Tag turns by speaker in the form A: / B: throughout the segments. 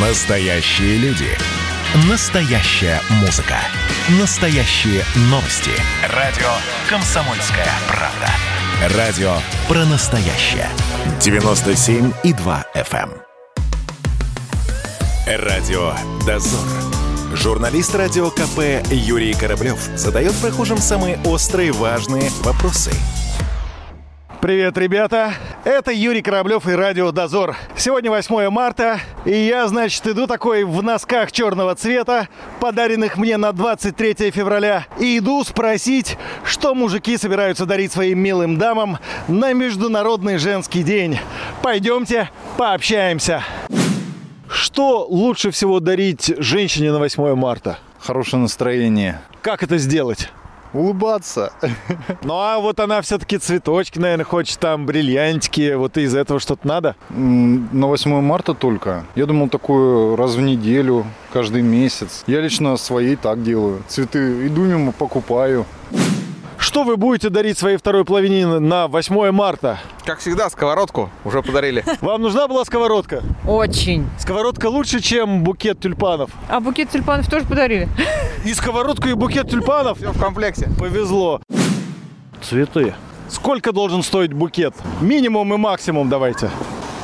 A: Настоящие люди. Настоящая музыка. Настоящие новости. Радио Комсомольская правда. Радио про настоящее. 97,2 FM. эм. Радио «Дозор». Журналист радио КП Юрий Кораблев задает прохожим самые острые важные вопросы.
B: Привет, ребята! Это Юрий Кораблев и Радио Дозор. Сегодня 8 марта, и я, значит, иду такой в носках черного цвета, подаренных мне на 23 февраля, и иду спросить, что мужики собираются дарить своим милым дамам на Международный женский день. Пойдемте пообщаемся. Что лучше всего дарить женщине на 8 марта?
C: хорошее настроение.
B: Как это сделать?
C: Улыбаться.
B: Ну а вот она все-таки цветочки, наверное, хочет там бриллиантики, вот из этого что-то надо?
C: М, На 8 марта только. Я думал, такую раз в неделю, каждый месяц. Я лично своей так делаю. Цветы иду мимо, покупаю.
B: Что вы будете дарить своей второй половине на 8 марта?
D: Как всегда, сковородку уже подарили.
B: Вам нужна была сковородка?
E: Очень.
B: Сковородка лучше, чем букет тюльпанов.
E: А букет тюльпанов тоже подарили?
B: И сковородку, и букет тюльпанов?
D: Все в комплекте.
B: Повезло.
F: Цветы.
B: Сколько должен стоить букет? Минимум и максимум давайте.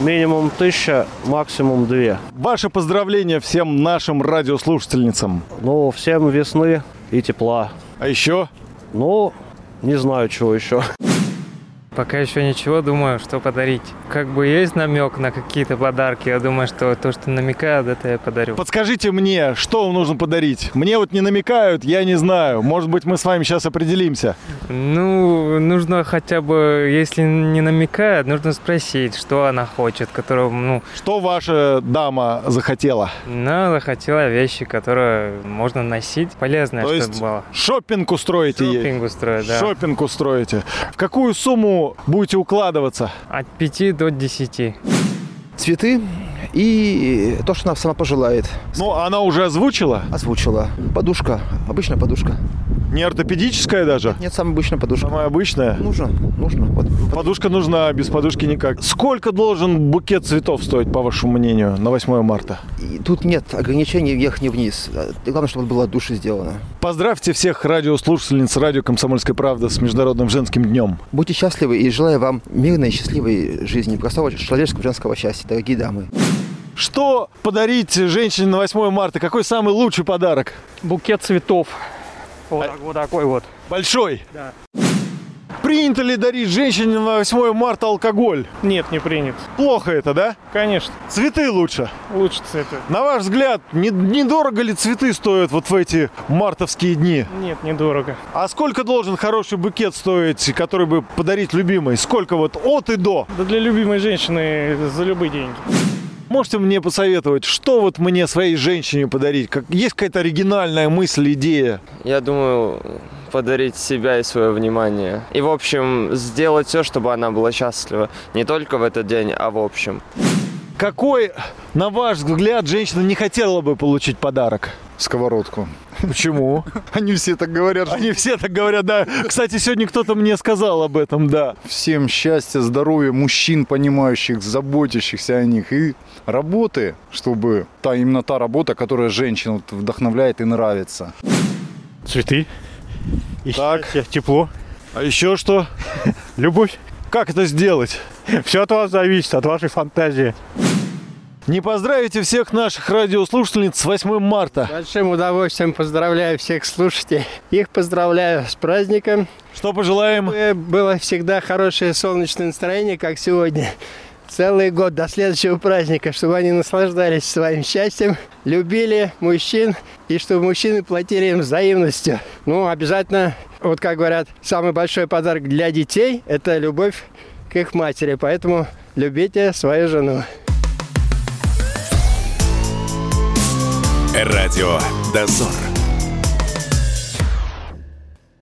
F: Минимум тысяча, максимум две.
B: Ваше поздравление всем нашим радиослушательницам.
F: Ну, всем весны и тепла.
B: А еще
F: Ну, не знаю, чего еще.
G: Пока еще ничего, думаю, что подарить. Как бы есть намек на какие-то подарки, я думаю, что то, что намекают, это я подарю.
B: подскажите мне, что вам нужно подарить? Мне вот не намекают, я не знаю. Может быть, мы с вами сейчас определимся.
G: Ну, нужно хотя бы, если не намекают, нужно спросить, что она хочет, которого, ну,
B: Что ваша дама захотела?
G: она захотела вещи, которые можно носить, полезное,
B: То
G: чтобы
B: есть
G: было.
B: шопинг устроите ей?
G: Шоппинг устроить, да.
B: Шопинг устроите. В какую сумму будете укладываться?
G: От 5 до 10.
H: цветы и то, что она сама пожелает,
B: Ну, она уже озвучила.
H: озвучила. Подушка, обычная подушка.
B: Не ортопедическая даже.
H: Нет, самая обычная подушка.
B: Самая обычная.
H: Нужно, нужно. Вот.
B: Подушка нужна, без подушки никак. Сколько должен букет цветов стоить, по вашему мнению, на 8 марта?
H: И тут нет ограничений вверх, не вниз. А, Главное, чтобы было от души сделано.
B: Поздравьте всех радиослушательниц радио «Комсомольская правда» с Международным женским днем.
H: Будьте счастливы и желаю вам мирной и счастливой жизни, простого человеческого женского счастья, дорогие дамы.
B: Что подарить женщине на 8 марта? Какой самый лучший подарок?
I: букет цветов.
B: А-
I: Вот, так- вот такой вот.
B: Большой? Да. Принято ли дарить женщине на 8 марта алкоголь?
I: Нет, не принят.
B: Плохо это, да?
I: Конечно,
B: Цветы лучше.
I: лучше цветы.
B: На ваш взгляд, не- недорого ли цветы стоят вот в эти мартовские дни?
I: Нет, недорого.
B: А сколько должен хороший букет стоить, который бы подарить любимой? Сколько вот от и до?
I: Да для любимой женщины за любые деньги.
B: Можете мне посоветовать, что вот мне своей женщине подарить? Как, есть какая-то оригинальная мысль, идея?
J: Я думаю, подарить себя и свое внимание. И, в общем, сделать все, чтобы она была счастлива. Не только в этот день, а в общем.
B: Какой, на ваш взгляд, женщина не хотела бы получить подарок?
C: Сковородку.
B: Почему?
C: Они все так говорят. что
B: Они все так говорят, да. Кстати, сегодня кто-то мне сказал об этом, да.
C: Всем счастья, здоровья, мужчин, понимающих, заботящихся о них. И работы, чтобы та, именно та работа, которая женщину вот вдохновляет и нравится.
I: Цветы. И
B: Так.
I: тепло.
B: А еще что?
I: Любовь.
B: Как это сделать?
I: Все от вас зависит, от вашей фантазии.
B: Не поздравите всех наших радиослушательниц с 8 марта.
K: Большим удовольствием поздравляю всех слушателей. Их поздравляю с праздником.
B: Что пожелаем?
K: Э, Было всегда хорошее солнечное настроение, как сегодня. Целый год до следующего праздника, чтобы они наслаждались своим счастьем, любили мужчин и чтобы мужчины платили им взаимностью. Ну, обязательно, вот как говорят, самый большой подарок для детей – это любовь к их матери. Поэтому любите свою жену.
A: Радио «Дозор».